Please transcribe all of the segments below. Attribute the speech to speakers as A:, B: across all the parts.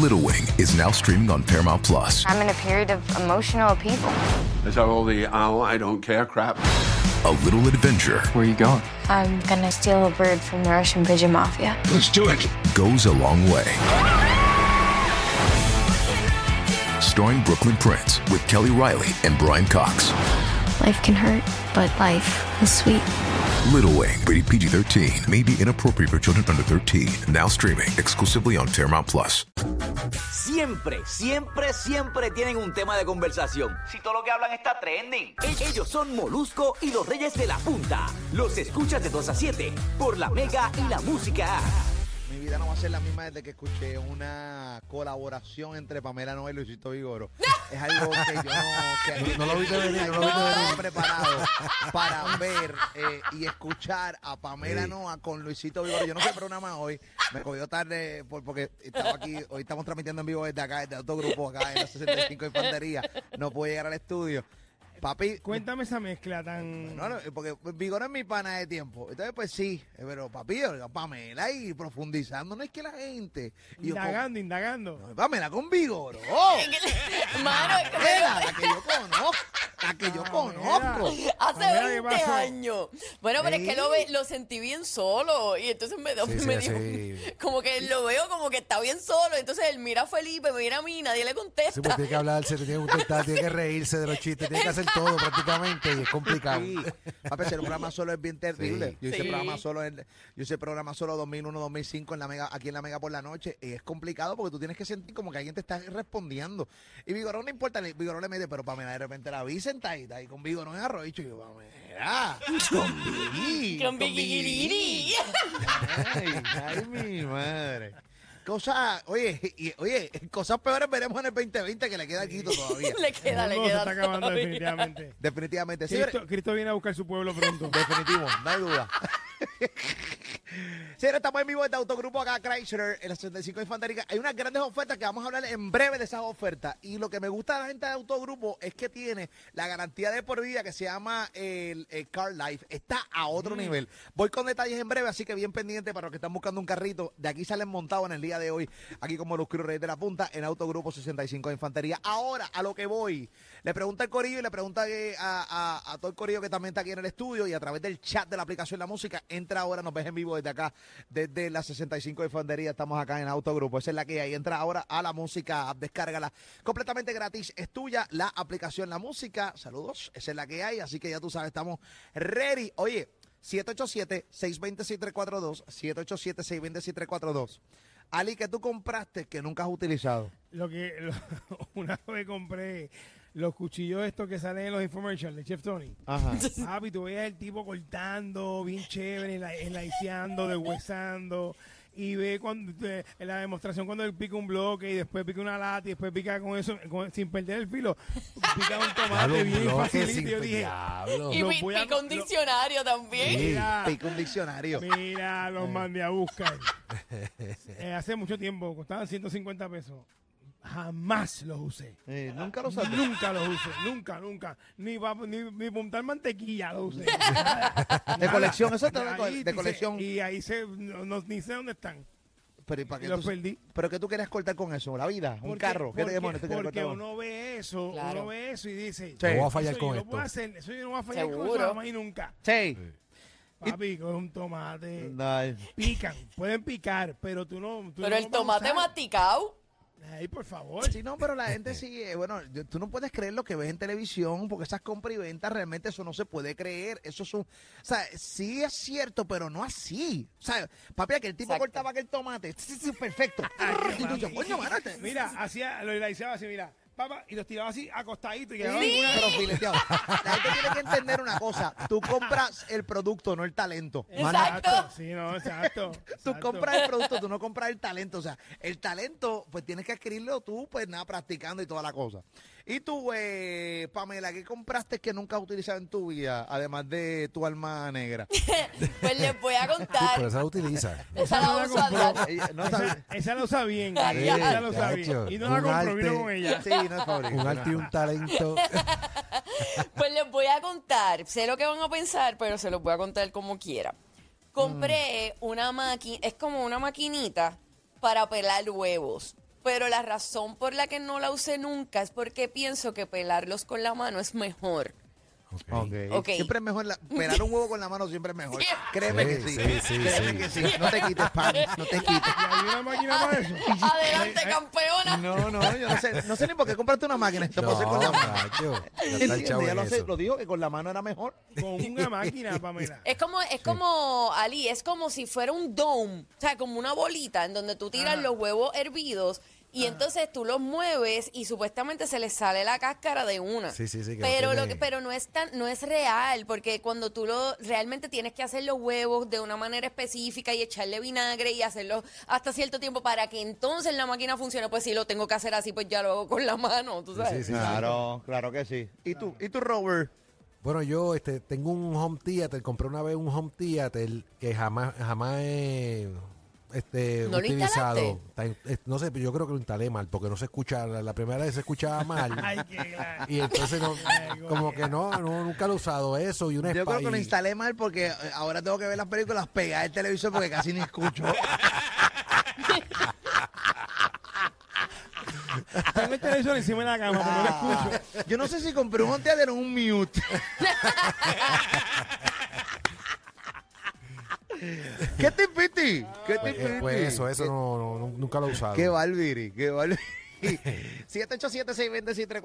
A: Little Wing is now streaming on Paramount Plus.
B: I'm in a period of emotional upheaval.
C: Is that all the oh, I don't care crap?
A: A little adventure
D: Where are you going?
B: I'm gonna steal a bird from the Russian pigeon mafia.
C: Let's do it.
A: goes a long way. Starring Brooklyn Prince with Kelly Riley and Brian Cox.
B: Life can hurt, but life is sweet.
A: Little Wing, rated PG 13, may be inappropriate for children under 13. Now streaming exclusively on Paramount Plus.
E: Siempre, siempre, siempre tienen un tema de conversación. Si todo lo que hablan está trending. E- Ellos son Molusco y los Reyes de la Punta. Los escuchas de 2 a 7 por la Mega y la Música.
F: Mi vida no va a ser la misma desde que escuché una colaboración entre Pamela Noel y Luisito Vigoro. Es algo que yo no... que-
G: No lo viste venir, no lo viste
F: yo estaba
G: venir.
F: preparado para ver eh, y escuchar a Pamela Noa con Luisito Vigoro. Yo no sé el programa hoy. Me cogió tarde por- porque estaba aquí. Hoy estamos transmitiendo en vivo desde acá, desde otro grupo acá en la 65 Infantería. No pude llegar al estudio. Papi,
H: Cuéntame esa mezcla tan.
F: No, no, porque Vigor es mi pana de tiempo. Entonces, pues sí, pero papi, oiga, Pamela y profundizando, no es que la gente. Y yo,
H: indagando, indagando.
F: con- Pamela con Vigor. ¡Oh! Pamela, la que yo conozco. La que yo conozco.
H: Ah, Pamela, ¿qué
I: Hace 20
H: pasó?
I: años. Bueno, pero es que lo, ve-
F: Sí.
I: Pues, lo sentí bien solo. Y entonces me, da-
G: Sí, sí,
I: me dio-
G: sí.
I: Como que lo veo como que está bien solo. Entonces él mira a Felipe, mira a mí, nadie le
G: Sí,
I: contesta.
G: pues tiene que hablarse, te tiene que contestar, tiene que reírse de los chistes, tiene que hacer todo prácticamente y es complicado.
F: Sí. Papi, hacer un programa solo es bien terrible.
G: Sí.
F: Yo hice
I: Sí.
F: programa solo en, yo hice programa solo 2001, 2005 en la mega, aquí en la mega por la noche y es complicado porque tú tienes que sentir como que alguien te está respondiendo. Y Vigorón no importa, le- Vigorón le mete, pero Pamela de repente la vi sentadita y con Vigorón en arroyo y yo, Pamela, con Vigui,
I: Con Vigiriri.
F: Ay, ay, mi madre. Cosas, oye, y- oye, cosas peores veremos en el 2020 que le queda aquí todavía.
I: le queda, le
H: No, se
I: queda.
H: está acabando
I: todavía.
H: definitivamente.
F: Definitivamente, sí.
H: Cristo, Cristo viene a buscar su pueblo pronto.
F: Definitivo, no hay duda. Sí, ahora estamos en vivo desde Autogrupo acá, Chrysler, en la 65 Infantería. Hay unas grandes ofertas que vamos a hablar en breve de esas ofertas. Y lo que me gusta de la gente de Autogrupo es que tiene la garantía de por vida que se llama el, el Car Life. Está a
H: Mm.
F: otro nivel. Voy con detalles en breve, así que bien pendiente para los que están buscando un carrito. De aquí salen montados en el día de hoy, aquí como los Cruz Reyes de la Punta, en Autogrupo 65 de Infantería. Ahora, a lo que voy. Le pregunta el Corillo y le pregunta eh, a, a- a todo el Corillo que también está aquí en el estudio y a través del chat de la aplicación La Música. Entra ahora, nos ves en vivo desde acá, desde la 65 de Infantería. Estamos acá en Autogrupo. Esa es la que hay. Entra ahora a La Música, app, descárgala completamente gratis. Es tuya la aplicación La Música. Saludos, esa es la que hay. Así que ya tú sabes, estamos ready. Oye, 787-620-6342, 787-620-6342. Ali, que tú compraste que nunca has utilizado?
H: Lo que lo- una vez compré los cuchillos estos que salen en los infomercials de Chef Tony.
F: Ajá.
H: Papi, tú veías el tipo cortando, bien chévere, enla- enlaiceando, deshuesando. Y ve cuando te- en la demostración cuando él pica un bloque y después pica una lata y después pica con eso, con- sin perder el filo, pica un
G: Claro,
H: tomate
G: un
H: bien
G: bloque
H: facilito.
G: sin-
H: Yo dije,
G: diablo.
I: Y
H: Lo
I: pi-
H: voy a-
I: pica un
H: lo-
I: diccionario también.
G: Sí.
H: mira,
F: Pica un diccionario.
H: Mira, los mandé a buscar. Eh, hace mucho tiempo, costaban 150 pesos. Jamás los usé.
F: Eh, nunca lo sabía.
H: Nunca los usé, nunca, nunca. Ni para ni, ni pa untar mantequilla los usé.
F: De colección, eso está de
H: Ahí
F: co- de
H: dice-
F: colección.
H: Y ahí se, no, no- ni sé dónde están.
F: Pero, ¿y para qué
H: Los
F: tú,
H: perdí.
F: ¿Pero qué tú querías cortar con eso? ¿La vida? ¿Un
H: Porque-
F: carro? ¿Qué
H: porque,
F: demonios tú querías
H: Porque
F: cortar con-
H: uno ve eso,
I: Claro.
H: uno ve eso y dice...
F: Sí. No
G: voy a fallar
H: eso
G: con
H: yo
G: esto".
H: No puedo hacer, eso yo no voy a fallar con
I: Seguro.
H: eso jamás y nunca.
F: Sí.
H: Papi, con un tomate.
F: Ay.
H: Pican, pueden picar, pero tú no... tú
I: Pero
H: no
I: el
H: vas a
I: tomate
H: usar.
I: masticado.
H: Ay, por favor.
F: Sí, no, pero la gente sí, eh, bueno, yo- tú no puedes creer lo que ves en televisión, porque esas compras y ventas realmente eso no se puede creer, eso es un, o sea, sí es cierto, pero no así, o sea, papi, aquel tipo
I: Exacto.
F: cortaba aquel tomate, sí, sí, perfecto,
H: Ay,
F: y tú
H: mami.
F: dices, coño, mano, este-
H: Mira, hacía, lo realizaba así, mira. papá, y los tiraba así acostaditos. Y quedaba alguna-
F: Pero fileteado. La gente tiene que entender una cosa. Tú compras el producto, no el talento.
I: Exacto.
H: Sí, no, exacto.
F: Tú
H: exacto.
F: compras el producto, tú no compras el talento. O sea, el talento, pues tienes que adquirirlo tú, pues nada, practicando y toda la cosa. Y tú, eh, Pamela, ¿qué compraste que nunca has utilizado en tu vida, además de tu alma negra?
I: Pues les voy a
G: Sí, pero
I: contar.
G: esa la utiliza.
I: Esa la uso a diario.
F: Ella no sabe.
H: Esa, esa la usa bien.
I: Ay,
H: esa
G: ay,
H: la usa bien.
G: chacho,
H: Y no la
G: un
H: compró, vino
G: arte.
H: con ella.
F: Sí, no es favorito.
G: Un arte y un talento.
I: Pues les voy a contar. Sé lo que van a pensar, pero se los voy a contar como quiera. Compré
H: Mm.
I: una máquina, es como una maquinita para pelar huevos. Pero la razón por la que no la usé nunca es porque pienso que pelarlos con la mano es mejor.
F: Ah, Ok.
I: Ok.
F: Siempre es mejor, la- pelar un huevo con la mano siempre es mejor. Créeme
G: Sí,
F: que sí.
G: sí, sí,
F: Créeme
G: sí.
F: que sí. No te quites, Pam, no te quites.
H: ¿Y hay una máquina para eso?
I: Adelante,
H: Ay, ay,
I: campeona.
F: No, no, yo no sé, no sé ni por qué compraste una máquina. Esto puede ser con la
G: No,
F: mano.
G: rayo. Ya está el
F: Entiende,
G: chavo
F: ya
G: en
F: lo, sé,
G: eso.
F: lo dijo que con la mano era mejor.
H: Con una máquina, Pamela.
I: Es como, es como, Ali, es como si fuera un dome, o sea, como una bolita en donde tú tiras los huevos hervidos y entonces tú los mueves y supuestamente se les sale la cáscara de una.
G: Sí, sí, sí, que lo
I: pero, lo
G: tiene-
I: que, pero no es tan, no es real, porque cuando tú lo, realmente tienes que hacer los huevos de una manera específica y echarle vinagre y hacerlo hasta cierto tiempo para que entonces la máquina funcione, pues si lo tengo que hacer así, pues ya lo hago con la mano, tú sabes.
G: Sí, sí, sí.
F: Claro, claro que sí. ¿Y tú, y tú Robert?
G: Bueno, yo este, tengo un home theater, compré una vez un home theater que jamás, jamás he este,
I: ¿No lo
G: utilizado.
I: instalaste?
G: Está in- eh, No sé, yo creo que lo instalé mal, porque no se escucha, la, la primera vez se escuchaba
H: Ay,
G: mal.
H: qué claro.
G: y entonces no, como que no, no, nunca lo he usado eso. Y
H: Este
G: una
F: Yo creo
G: espa-
F: que lo
G: y-
F: instalé mal porque eh, ahora tengo que ver las películas pegadas del televisor porque casi ni escucho.
H: Tengo el televisor encima de la cama, pero no lo escucho.
F: Ah. Yo no sé si compré un home theater o un mute. ¿Qué te piti? ¿Qué te
G: pues, eh, pues
F: piti?
G: eso, eso no, no- no- nunca lo he usado.
F: Qué Valviri, qué Valviri. 787-620-6342,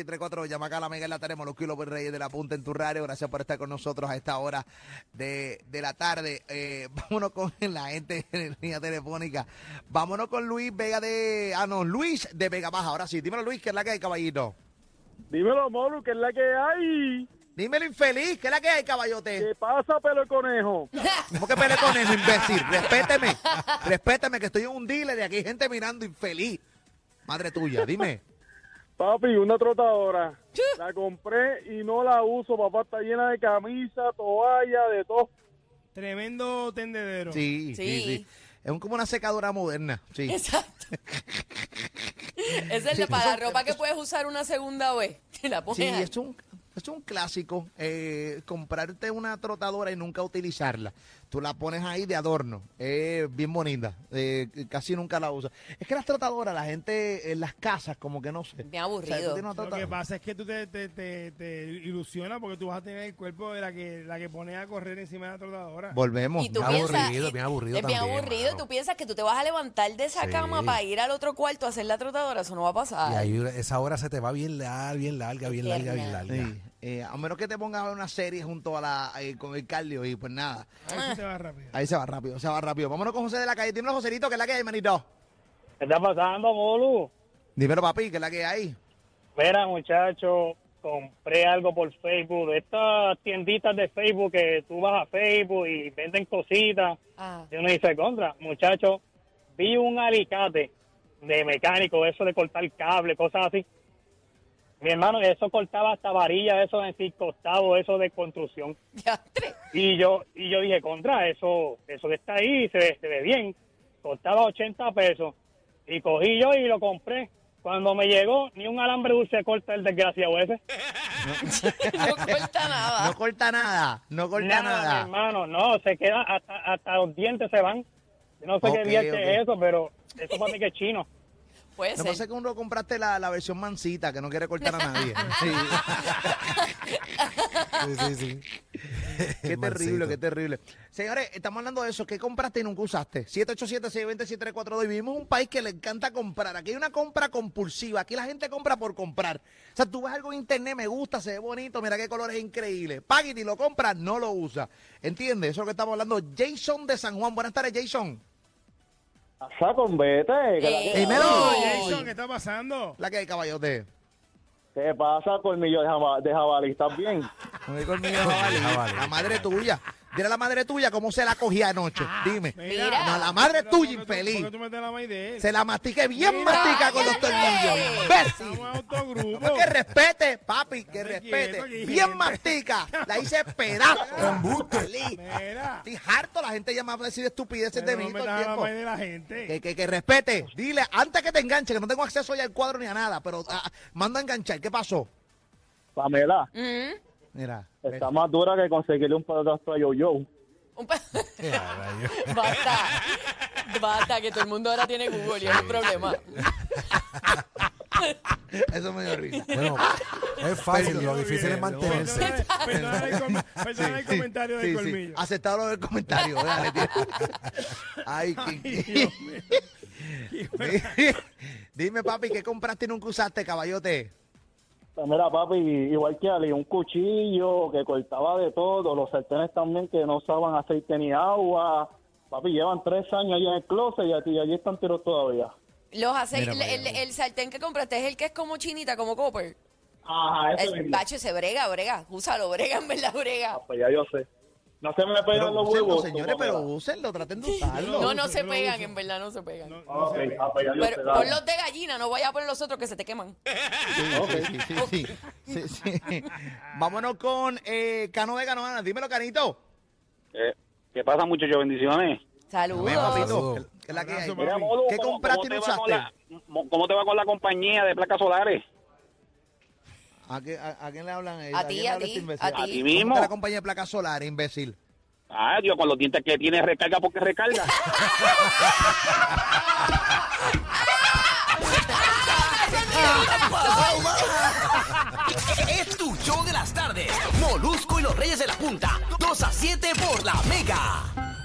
F: 787-620-6342. Llama acá a la mega en la tarde, Molusco y López Reyes de la Punta en tu radio. Gracias por estar con nosotros a esta hora de, de la tarde. Eh, vámonos con la gente en línea telefónica. Vámonos con Luis Vega de... Ah, no, Luis de Vega Baja. Ahora sí, dímelo Luis, que es la que hay, caballito.
D: Dímelo, Molu, que es la que hay.
F: Dímelo infeliz, que es la que hay, caballote.
D: ¿Qué pasa, pelo de conejo?
F: ¿Cómo que peleé con eso, imbécil? Respéteme, respéteme que estoy en un dealer y aquí hay gente mirando infeliz. Madre tuya, dime.
D: Papi, una trotadora. La compré y no la uso, papá. Está llena de camisa, toalla, de todo.
H: Tremendo tendedero.
F: Sí,
I: Sí.
F: sí, sí. Es un- como una secadora moderna, sí.
I: Exacto. Esa es la para la ropa que puedes usar una segunda vez. Te la pones
F: Sí,
H: Eh,
I: ahí.
F: es un, es un clásico eh, comprarte una trotadora y nunca utilizarla. Tú la pones ahí de adorno, eh, bien bonita, eh, casi nunca la usas. Es que las trotadoras, la gente en las casas, como que no sé.
I: Bien aburrido.
F: tú tienes
H: Lo
F: una
H: que
F: trotadora-
H: pasa es que tú te, te, te, te ilusionas porque tú vas a tener el cuerpo de la que, la que pones a correr encima de la trotadora.
F: Volvemos.
I: Y tú
G: Bien
I: piensas,
G: aburrido,
I: y-
G: bien aburrido
I: Es bien
G: también,
I: aburrido.
G: mano.
I: Tú piensas que tú te vas a levantar de esa
G: Sí.
I: cama para ir al otro cuarto a hacer la trotadora. Eso no va a pasar.
G: Y ahí una- esa hora se te va bien larga, bien larga, bien larga, bien
I: Eterna.
G: larga.
F: Sí, eh, a menos que te pongas a ver una serie junto a la eh, con el cardio y pues nada.
H: A ver si se va rápido.
F: Ahí se va rápido, se va rápido. Vámonos con José de la calle. Dímelo, Joselito, que es la que hay, manito.
D: ¿Qué está pasando, Molu?
F: Dímelo, papi, que es la que hay.
D: Mira, muchacho, compré algo por Facebook. De estas tienditas de Facebook que tú vas a Facebook y venden cositas.
I: Ah.
D: Yo no hice contra. Muchacho, vi un alicate de mecánico, eso de cortar cable, cosas así. Mi hermano, eso cortaba hasta varillas, eso de circostado, eso de construcción.
I: Diantre.
D: Y yo y yo dije, contra, eso eso que está ahí se ve, se ve bien. Costaba 80 pesos. Y cogí yo y lo compré. Cuando me llegó, ni un alambre dulce corta el desgraciado ese.
I: no corta nada.
F: No corta nada, no corta
D: mi
F: nada.
D: hermano, no, se queda hasta, hasta los dientes se van. Yo No sé
F: Ok,
D: qué diente
F: ok.
D: es eso, pero eso para mí que es chino.
I: Puede
F: Lo
I: ser.
F: que pasa es que uno compraste la, la versión mansita, que no quiere cortar a nadie. Sí.
G: Sí, sí, sí.
F: qué terrible,
G: Mancito.
F: qué terrible. Señores, estamos hablando de eso. ¿Qué compraste y nunca usaste? 787-620-6342. Y Vivimos en un país que le encanta comprar. Aquí hay una compra compulsiva. Aquí la gente compra por comprar. O sea, tú ves algo en internet, me gusta, se ve bonito, mira qué colores increíbles. Pague y lo compras, no lo usa. ¿Entiendes? Eso es lo que estamos hablando. Jason de San Juan. Buenas tardes, Jason.
J: Pasa con vete. que la que-
I: Ey.
F: Primero,
H: Oye,
I: Ay.
H: Jason, ¿qué está pasando?
F: la que hay caballote.
J: ¿Qué pasa, colmillo de, jaba- de jabalí? ¿Estás bien?
F: No digo el mío, jabalí.
G: Jabalí.
F: La madre tuya. Dile a la madre tuya cómo se la cogí anoche. Dime.
I: Mira.
F: Ah, No, la madre
H: Pero,
F: tuya,
H: ¿por qué tú-
F: infeliz.
H: ¿por qué tú metes la maíz de él?
F: Se la mastique bien
H: Mira.
F: mastica con los
I: ¡Cállate!
F: tornillos. ¡Imbécil!
H: Estamos en autogrupo.
F: Que respete, papi, que
H: Dame
F: respete.
H: quieto, quieto.
F: Bien mastica. La hice pedazo. Jalí.
H: Mira.
F: Estoy harto. La gente ya me va a decir estupideces de
H: Pero
F: mí
H: no
F: todo
H: metas
F: el
H: la
F: tiempo.
H: maíz de la gente.
F: Que, que, que respete. Dile, antes que te enganche, que no tengo acceso ya al cuadro ni a nada, pero ah, manda a enganchar. ¿Qué pasó?
J: Pamela,
I: Ujú.
F: Mira.
J: está más dura que conseguirle un pedazo a Yo-Yo.
I: Un pa-
G: Ya, rayos.
I: Basta. Basta, que todo el mundo ahora tiene Google y es un problema.
F: Eso me dio risa.
G: Bueno, es fácil, lo difícil es
F: Perdón.
G: mantenerse.
H: Perdónale- Perdónale el com- perdónale el comentario
F: Sí,
H: del
F: sí.
H: colmillo.
F: Aceptaron el comentario. dale, tío. Ay, qué-
H: Dios mío. Qué buena-
F: Dime, papi, ¿qué compraste y nunca usaste, este caballote?
J: Pues Mira, papi, igual que Ali, un cuchillo que cortaba de todo, los sartenes también que no usaban aceite ni agua. Papi, llevan tres años allí en el closet y aquí- y allí están tiros todavía.
I: Los aceites,
F: Mira para
I: el,
F: allá.
I: el sartén que compraste es el que es como chinita, como copper.
J: Ajá, Ah, eso
I: El bacho se brega, brega. Úsalo, brega, en verdad,
F: Ah,
I: brega.
J: Pues ya yo sé. No se me pegan los
F: úsenlo,
J: huevos.
F: señores,
J: tú,
F: pero
J: Pamela.
F: úsenlo, traten de usarlo.
I: No, no se
H: no lo
I: pegan,
H: uso.
I: en verdad no se pegan.
H: No,
J: Ah,
H: no
J: ok,
H: se ve.
J: ah, pues ya yo sé,
I: Pero
J: dale.
I: pon los de gallina, no vayas a poner los otros que se te queman.
F: Sí, sí, sí, sí, sí, sí. Vámonos con eh, Cano de Canoana. Dímelo, Canito.
K: Eh, ¿Qué pasa, muchachos? Bendiciones.
F: Ven, papito,
I: Saludos.
G: Saludos.
F: que- que la que hay.
H: Abrazo, papi.
F: ¿Qué compraste y no
K: va con
F: usaste?
K: la- mo- ¿Cómo te va con la compañía de placas solares?
F: ¿A, qué- a- a quién le hablan? eh?
I: A ti,
F: quién le
I: a
F: habla
I: ti,
F: este imbécil?
I: a ti. A ti
F: ¿Cómo
K: mismo.
F: que la compañía de placas solares, imbécil?
K: Ah, Dios, con los dientes que tiene, recarga porque recarga.
E: Es tu show de las tardes. Molusco y los Reyes de la Punta. 2 a 7 por la Mega.